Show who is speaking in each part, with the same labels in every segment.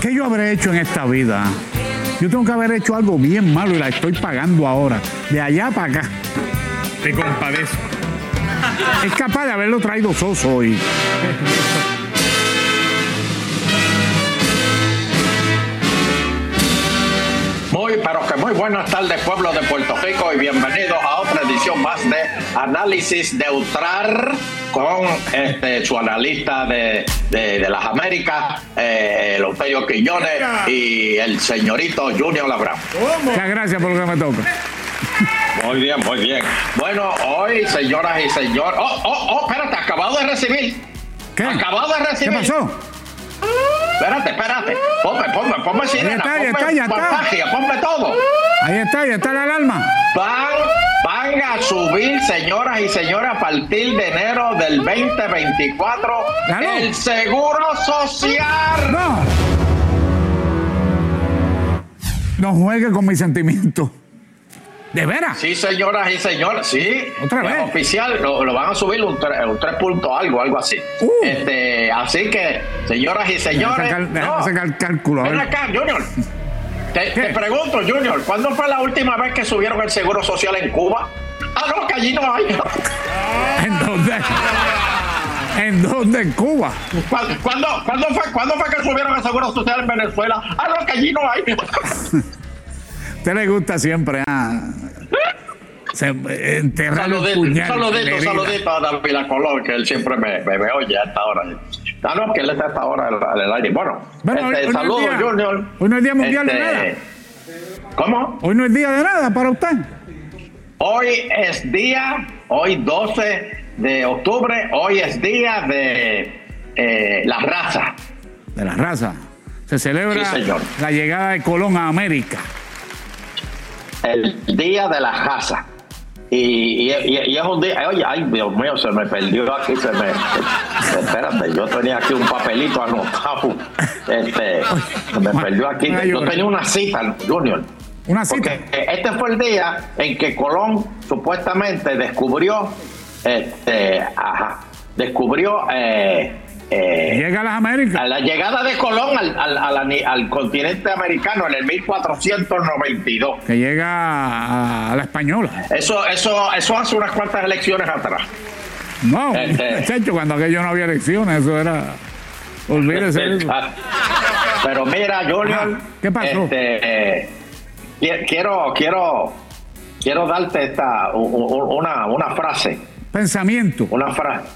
Speaker 1: ¿Qué yo habré hecho en esta vida? Yo tengo que haber hecho algo bien malo y la estoy pagando ahora, de allá para acá.
Speaker 2: Te compadezco.
Speaker 1: Es capaz de haberlo traído soso hoy.
Speaker 3: Muy, pero que muy buenas tardes, pueblo de Puerto Rico, y bienvenidos a otra edición más de Análisis de Utrar con este, su analista de, de- de las Américas, eh, Loterio Quiñones, y el señorito Junior Labra.
Speaker 1: Muchas gracias por lo que me toca.
Speaker 3: Muy bien, muy bien. Bueno, hoy, señoras y señores. Oh, oh, oh, espérate, acabado de recibir.
Speaker 1: ¿Qué?
Speaker 3: Acabado de
Speaker 1: ¿Qué
Speaker 3: recibir.
Speaker 1: pasó?
Speaker 3: Espérate, espérate. Ponme, ponme, ponme sirena,
Speaker 1: está, ya está,
Speaker 3: ponme
Speaker 1: ya está.
Speaker 3: fantasia, ponme todo.
Speaker 1: Ahí está, ahí está la alarma.
Speaker 3: Van, van a subir, señoras y señores, a partir de enero del 2024,
Speaker 1: Claro.
Speaker 3: el seguro social.
Speaker 1: No. No juegue con mis sentimientos. ¿De veras?
Speaker 3: Sí, señoras y señores, sí.
Speaker 1: Otra
Speaker 3: Es
Speaker 1: vez.
Speaker 3: Oficial, lo, lo van a subir un, tre- un 3 punto algo, algo así.
Speaker 1: Uh.
Speaker 3: Este, así que, señoras y
Speaker 1: Déjame
Speaker 3: señores.
Speaker 1: sacar, déjame
Speaker 3: no.
Speaker 1: sacar el cálculo. a
Speaker 3: Ven
Speaker 1: ver.
Speaker 3: acá, Junior. Te, te
Speaker 1: ¿Qué?
Speaker 3: pregunto, Junior, ¿cuándo fue la última vez que subieron el seguro social en Cuba? Ah, no, que allí no hay.
Speaker 1: ¿En dónde? ¿En dónde? En Cuba.
Speaker 3: ¿Cuándo, cuándo, cuándo fue, cuándo fue que subieron el seguro social en Venezuela? Ah, no, que allí no hay.
Speaker 1: A usted le gusta siempre ah, se- enterrar los
Speaker 3: Saludito,
Speaker 1: puñales.
Speaker 3: saludito,
Speaker 1: en la herida.
Speaker 3: saludito a David Colón, que él siempre me, me, me oye a esta hora. Ah, no, que él está a esta hora al, al aire. Bueno,
Speaker 1: Bueno, hoy-
Speaker 3: este,
Speaker 1: hoy no es
Speaker 3: saludos,
Speaker 1: día-
Speaker 3: Junior. Este,
Speaker 1: hoy no es día mundial de nada.
Speaker 3: ¿Cómo?
Speaker 1: Hoy no es día de nada para usted.
Speaker 3: Hoy es día, hoy 12 de octubre, hoy es día de eh, la raza.
Speaker 1: De la raza. Se celebra
Speaker 3: Sí, señor.
Speaker 1: la llegada de Colón a América.
Speaker 3: el día de la raza. Y, y- y- y es un día, oye, ay Dios mío, se me perdió aquí, se me. Espérate, yo tenía aquí un papelito anotado. Este, se me perdió aquí.
Speaker 1: Voy a
Speaker 3: Yo
Speaker 1: llorar.
Speaker 3: tenía una cita, Junior.
Speaker 1: Una cita.
Speaker 3: Porque este fue el día en que Colón supuestamente descubrió, este, ajá, descubrió eh, eh,
Speaker 1: Llega a las
Speaker 3: a
Speaker 1: Américas.
Speaker 3: la llegada de Colón al, al- a la- al continente americano en el 1492.
Speaker 1: Que llega a, a la española.
Speaker 3: Eso, eso, eso hace unas cuantas elecciones atrás.
Speaker 1: No,
Speaker 3: Este.
Speaker 1: muchacho, cuando aquello no había elecciones, eso era. Olvídese de eso.
Speaker 3: Este, ah, Pero mira, Junior,
Speaker 1: Ajá, Ah, ¿qué pasó?
Speaker 3: este, eh, qui- quiero, quiero, quiero darte esta u- u- una, una frase,
Speaker 1: Pensamiento.
Speaker 3: una frase,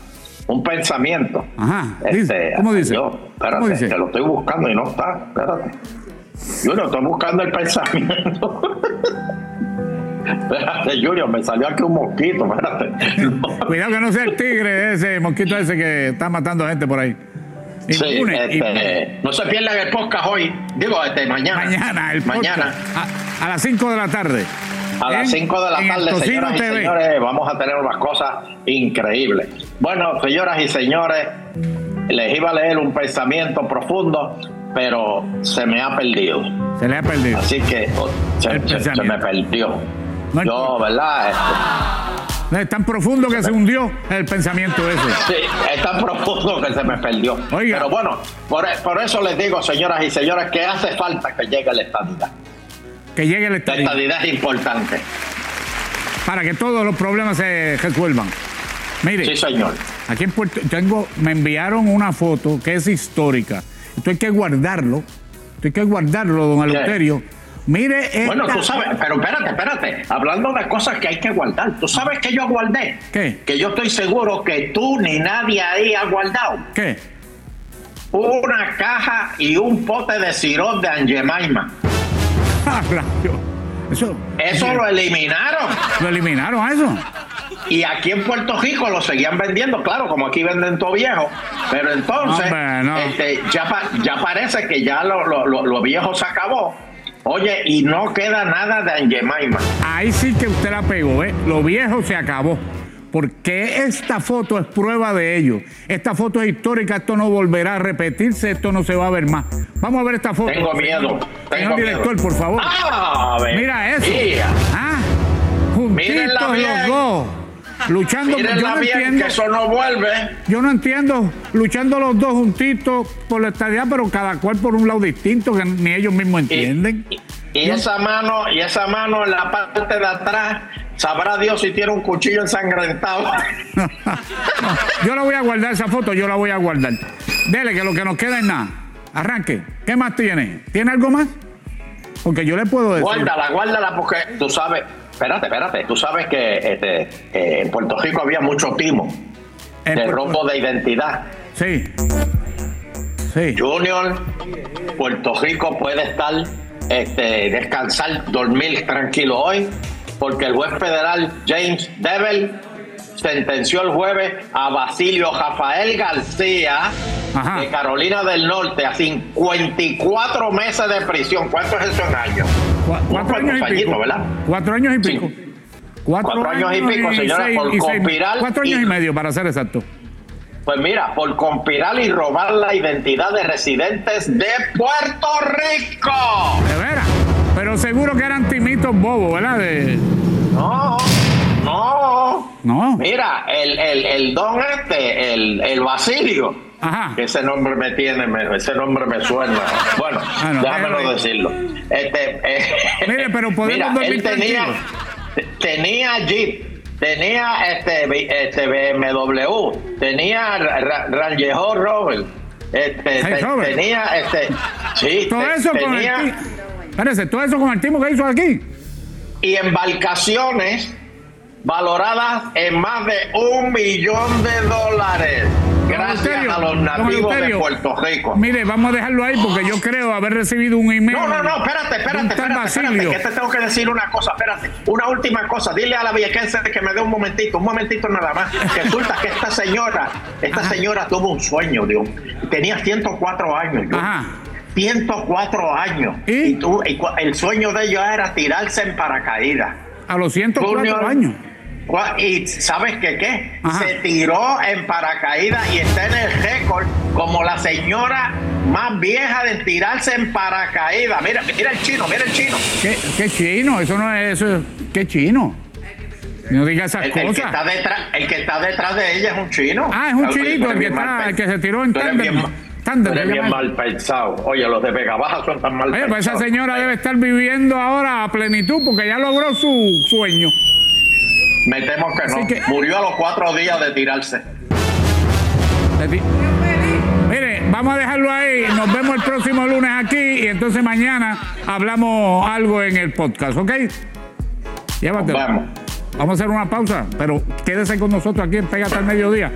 Speaker 3: un pensamiento.
Speaker 1: Ajá, Ah, dice, ¿cómo dice?
Speaker 3: yo- Este, espérate,
Speaker 1: ¿Cómo dice?
Speaker 3: te lo estoy buscando y no está. Espérate. Junior, estoy buscando el pensamiento. espérate, Junior, me salió aquí un mosquito, espérate. No.
Speaker 1: Cuidado que no sea el tigre ese, mosquito ese que está matando gente por ahí.
Speaker 3: Sí,
Speaker 1: Impune,
Speaker 3: este,
Speaker 1: impune.
Speaker 3: no se pierdan el podcast hoy. Digo, este, mañana.
Speaker 1: Mañana, el
Speaker 3: Mañana,
Speaker 1: podcast, a, a las 5 de la tarde.
Speaker 3: a las
Speaker 1: En-
Speaker 3: 5 de la
Speaker 1: en el
Speaker 3: tarde,
Speaker 1: Tocino
Speaker 3: señoras y
Speaker 1: TV.
Speaker 3: señores, vamos a tener unas cosas increíbles. Bueno, señoras y señores, les iba a leer un pensamiento profundo, pero se me ha perdido.
Speaker 1: Se le ha perdido.
Speaker 3: Así que oh, se,
Speaker 1: El
Speaker 3: se- se me
Speaker 1: pensamiento.
Speaker 3: perdió.
Speaker 1: No
Speaker 3: Yo, ¿verdad? Este,
Speaker 1: No, Es tan profundo que se hundió el pensamiento ese.
Speaker 3: Sí, es tan profundo que se me perdió.
Speaker 1: Oiga.
Speaker 3: Pero bueno, por, por eso les digo, señoras y señores, que hace falta que llegue la estadidad.
Speaker 1: Que llegue el
Speaker 3: La
Speaker 1: estadio
Speaker 3: estadidad es importante.
Speaker 1: para que todos los problemas se resuelvan. Mire,
Speaker 3: Sí, señor.
Speaker 1: Aquí en Puerto tengo, me enviaron una foto que es histórica. Esto hay que guardarlo. Esto hay que guardarlo, don
Speaker 3: ¿Qué?
Speaker 1: Eleuterio. Mire esta.
Speaker 3: Bueno, tú sabes, pero espérate, espérate. Hablando de cosas que hay que guardar, ¿tú sabes que yo guardé?
Speaker 1: ¿Qué?
Speaker 3: Que yo estoy seguro que tú ni nadie ahí ha guardado.
Speaker 1: ¿Qué?
Speaker 3: Una caja y un pote de sirop de Angemaima.
Speaker 1: Ah, rayo. Eso.
Speaker 3: Eso lo eliminaron.
Speaker 1: Lo eliminaron a eso.
Speaker 3: Y aquí en Puerto Rico lo seguían vendiendo, claro, como aquí venden todo viejo. Pero entonces,
Speaker 1: Hombre, no.
Speaker 3: este, ya, pa- ya parece que ya lo, lo- lo- lo viejo se acabó. Oye, y no queda nada de Angemaima.
Speaker 1: Ahí sí que usted la pegó, ¿eh? Lo viejo se acabó. Porque esta foto es prueba de ello. Esta foto es histórica, esto no volverá a repetirse, esto no se va a ver más. Vamos a ver esta foto.
Speaker 3: Tengo miedo.
Speaker 1: Señor
Speaker 3: Tengo
Speaker 1: director,
Speaker 3: miedo.
Speaker 1: por favor.
Speaker 3: Ah, a ver.
Speaker 1: Mira eso.
Speaker 3: Mira.
Speaker 1: Ah, juntitos
Speaker 3: Mírenla bien.
Speaker 1: los dos. Luchando, yo no,
Speaker 3: bien,
Speaker 1: entiendo,
Speaker 3: que eso no vuelve.
Speaker 1: yo no entiendo, luchando los dos juntitos por la estadía, pero cada cual por un lado distinto, que ni ellos mismos entienden.
Speaker 3: Y, y esa mano, y esa mano en la parte de atrás, sabrá Dios si tiene un cuchillo ensangrentado.
Speaker 1: Yo la voy a guardar, esa foto yo la voy a guardar. Dele, que lo que nos queda es nada. Arranque. ¿Qué más tiene? ¿Tiene algo más? Porque yo le puedo decir.
Speaker 3: Guárdala, guárdala, porque tú sabes, espérate, espérate, tú sabes que este, eh, en Puerto Rico había mucho timo
Speaker 1: En
Speaker 3: de
Speaker 1: Puerto-
Speaker 3: robo de identidad.
Speaker 1: Eh, Sí. Sí.
Speaker 3: Junior, Puerto Rico puede estar, este, descansar, dormir tranquilo hoy, porque el juez federal James Devil sentenció el jueves a Basilio Rafael García
Speaker 1: Ajá.
Speaker 3: de Carolina del Norte a 54 meses de prisión. ¿Cuánto es eso en años?
Speaker 1: Cua- cuatro
Speaker 3: Un
Speaker 1: años y
Speaker 3: fallito,
Speaker 1: pico.
Speaker 3: ¿verdad?
Speaker 1: Cuatro años y pico.
Speaker 3: Sí. Cuatro años y pico, señora, por conspirar
Speaker 1: Cuatro años
Speaker 3: y-
Speaker 1: y medio, para ser exacto.
Speaker 3: Pues mira, por conspirar y robar la identidad de residentes de Puerto Rico.
Speaker 1: De veras. Pero seguro que eran timitos bobos, ¿verdad? De-
Speaker 3: No, no.
Speaker 1: No.
Speaker 3: Mira, el, el, el don este, el, el Basilio.
Speaker 1: Ajá.
Speaker 3: que Ese nombre me tiene, me- ese nombre me suena. Bueno,
Speaker 1: Ah, no, déjalo
Speaker 3: déjamelo
Speaker 1: ahí.
Speaker 3: decirlo. Este, eh,
Speaker 1: Mire, pero podemos dormir
Speaker 3: él tenía, tenía Jeep, tenía este, B- este BMW, tenía Ra- Ra- Range Rover, este,
Speaker 1: Range
Speaker 3: te-
Speaker 1: Rover.
Speaker 3: tenía este, sí,
Speaker 1: Todo
Speaker 3: te-
Speaker 1: eso con el
Speaker 3: tenía-
Speaker 1: ti- Espérese, todo eso con el timo que hizo aquí.
Speaker 3: y embarcaciones valoradas en más de un millón de dólares. Gracias
Speaker 1: Eleuterio,
Speaker 3: a los
Speaker 1: don
Speaker 3: nativos de
Speaker 1: Eleuterio.
Speaker 3: Puerto Rico.
Speaker 1: Mire, vamos a dejarlo ahí porque yo creo haber recibido un email.
Speaker 3: No, no, no, espérate,
Speaker 1: Un
Speaker 3: espérate,
Speaker 1: tal
Speaker 3: espérate, espérate,
Speaker 1: Basilio.
Speaker 3: que te tengo que decir una cosa, espérate, una última cosa, dile a la viequense que me dé un momentito, un momentito nada más, que resulta que esta señora, esta señora tuvo un sueño, Dios, tenía 104 años, yo.
Speaker 1: Ajá.
Speaker 3: 104 años,
Speaker 1: ¿Y?
Speaker 3: y, tú- y cu- el sueño de ella era tirarse en paracaídas.
Speaker 1: A los 104
Speaker 3: Junior.
Speaker 1: años.
Speaker 3: Gua- Y sabes que qué?
Speaker 1: Ajá.
Speaker 3: Se tiró en paracaídas y está en el récord como la señora más vieja de tirarse en paracaídas. Mira, mira el chino, mira el chino.
Speaker 1: ¿Qué, qué chino? Eso no es eso. ¿Qué chino? No diga esas
Speaker 3: El, el que
Speaker 1: cosas.
Speaker 3: está detrás, el que está detrás de ella es un chino.
Speaker 1: Ah, es un
Speaker 3: Oye,
Speaker 1: chinito,
Speaker 3: tú eres
Speaker 1: el que
Speaker 3: bien
Speaker 1: está-
Speaker 3: mal pe-
Speaker 1: el que se tiró en
Speaker 3: tú eres
Speaker 1: tándem,
Speaker 3: bien
Speaker 1: ¿no?
Speaker 3: ma-
Speaker 1: Tándem,
Speaker 3: tú eres
Speaker 1: se
Speaker 3: bien
Speaker 1: llama
Speaker 3: mal pensado. Oye, los de Vega Baja son tan mal
Speaker 1: Oye, pues esa
Speaker 3: pensados.
Speaker 1: señora debe estar viviendo ahora a plenitud porque ya logró su sueño.
Speaker 3: Me temo que no.
Speaker 1: Así que-
Speaker 3: Murió a los cuatro días de tirarse.
Speaker 1: De ti- Mire, vamos a dejarlo ahí. Nos vemos el próximo lunes aquí y entonces mañana hablamos algo en el podcast, ¿ok? Llévatelo.
Speaker 3: Vamos.
Speaker 1: Vamos a hacer una pausa, pero quédese con nosotros aquí en Pégate al Mediodía.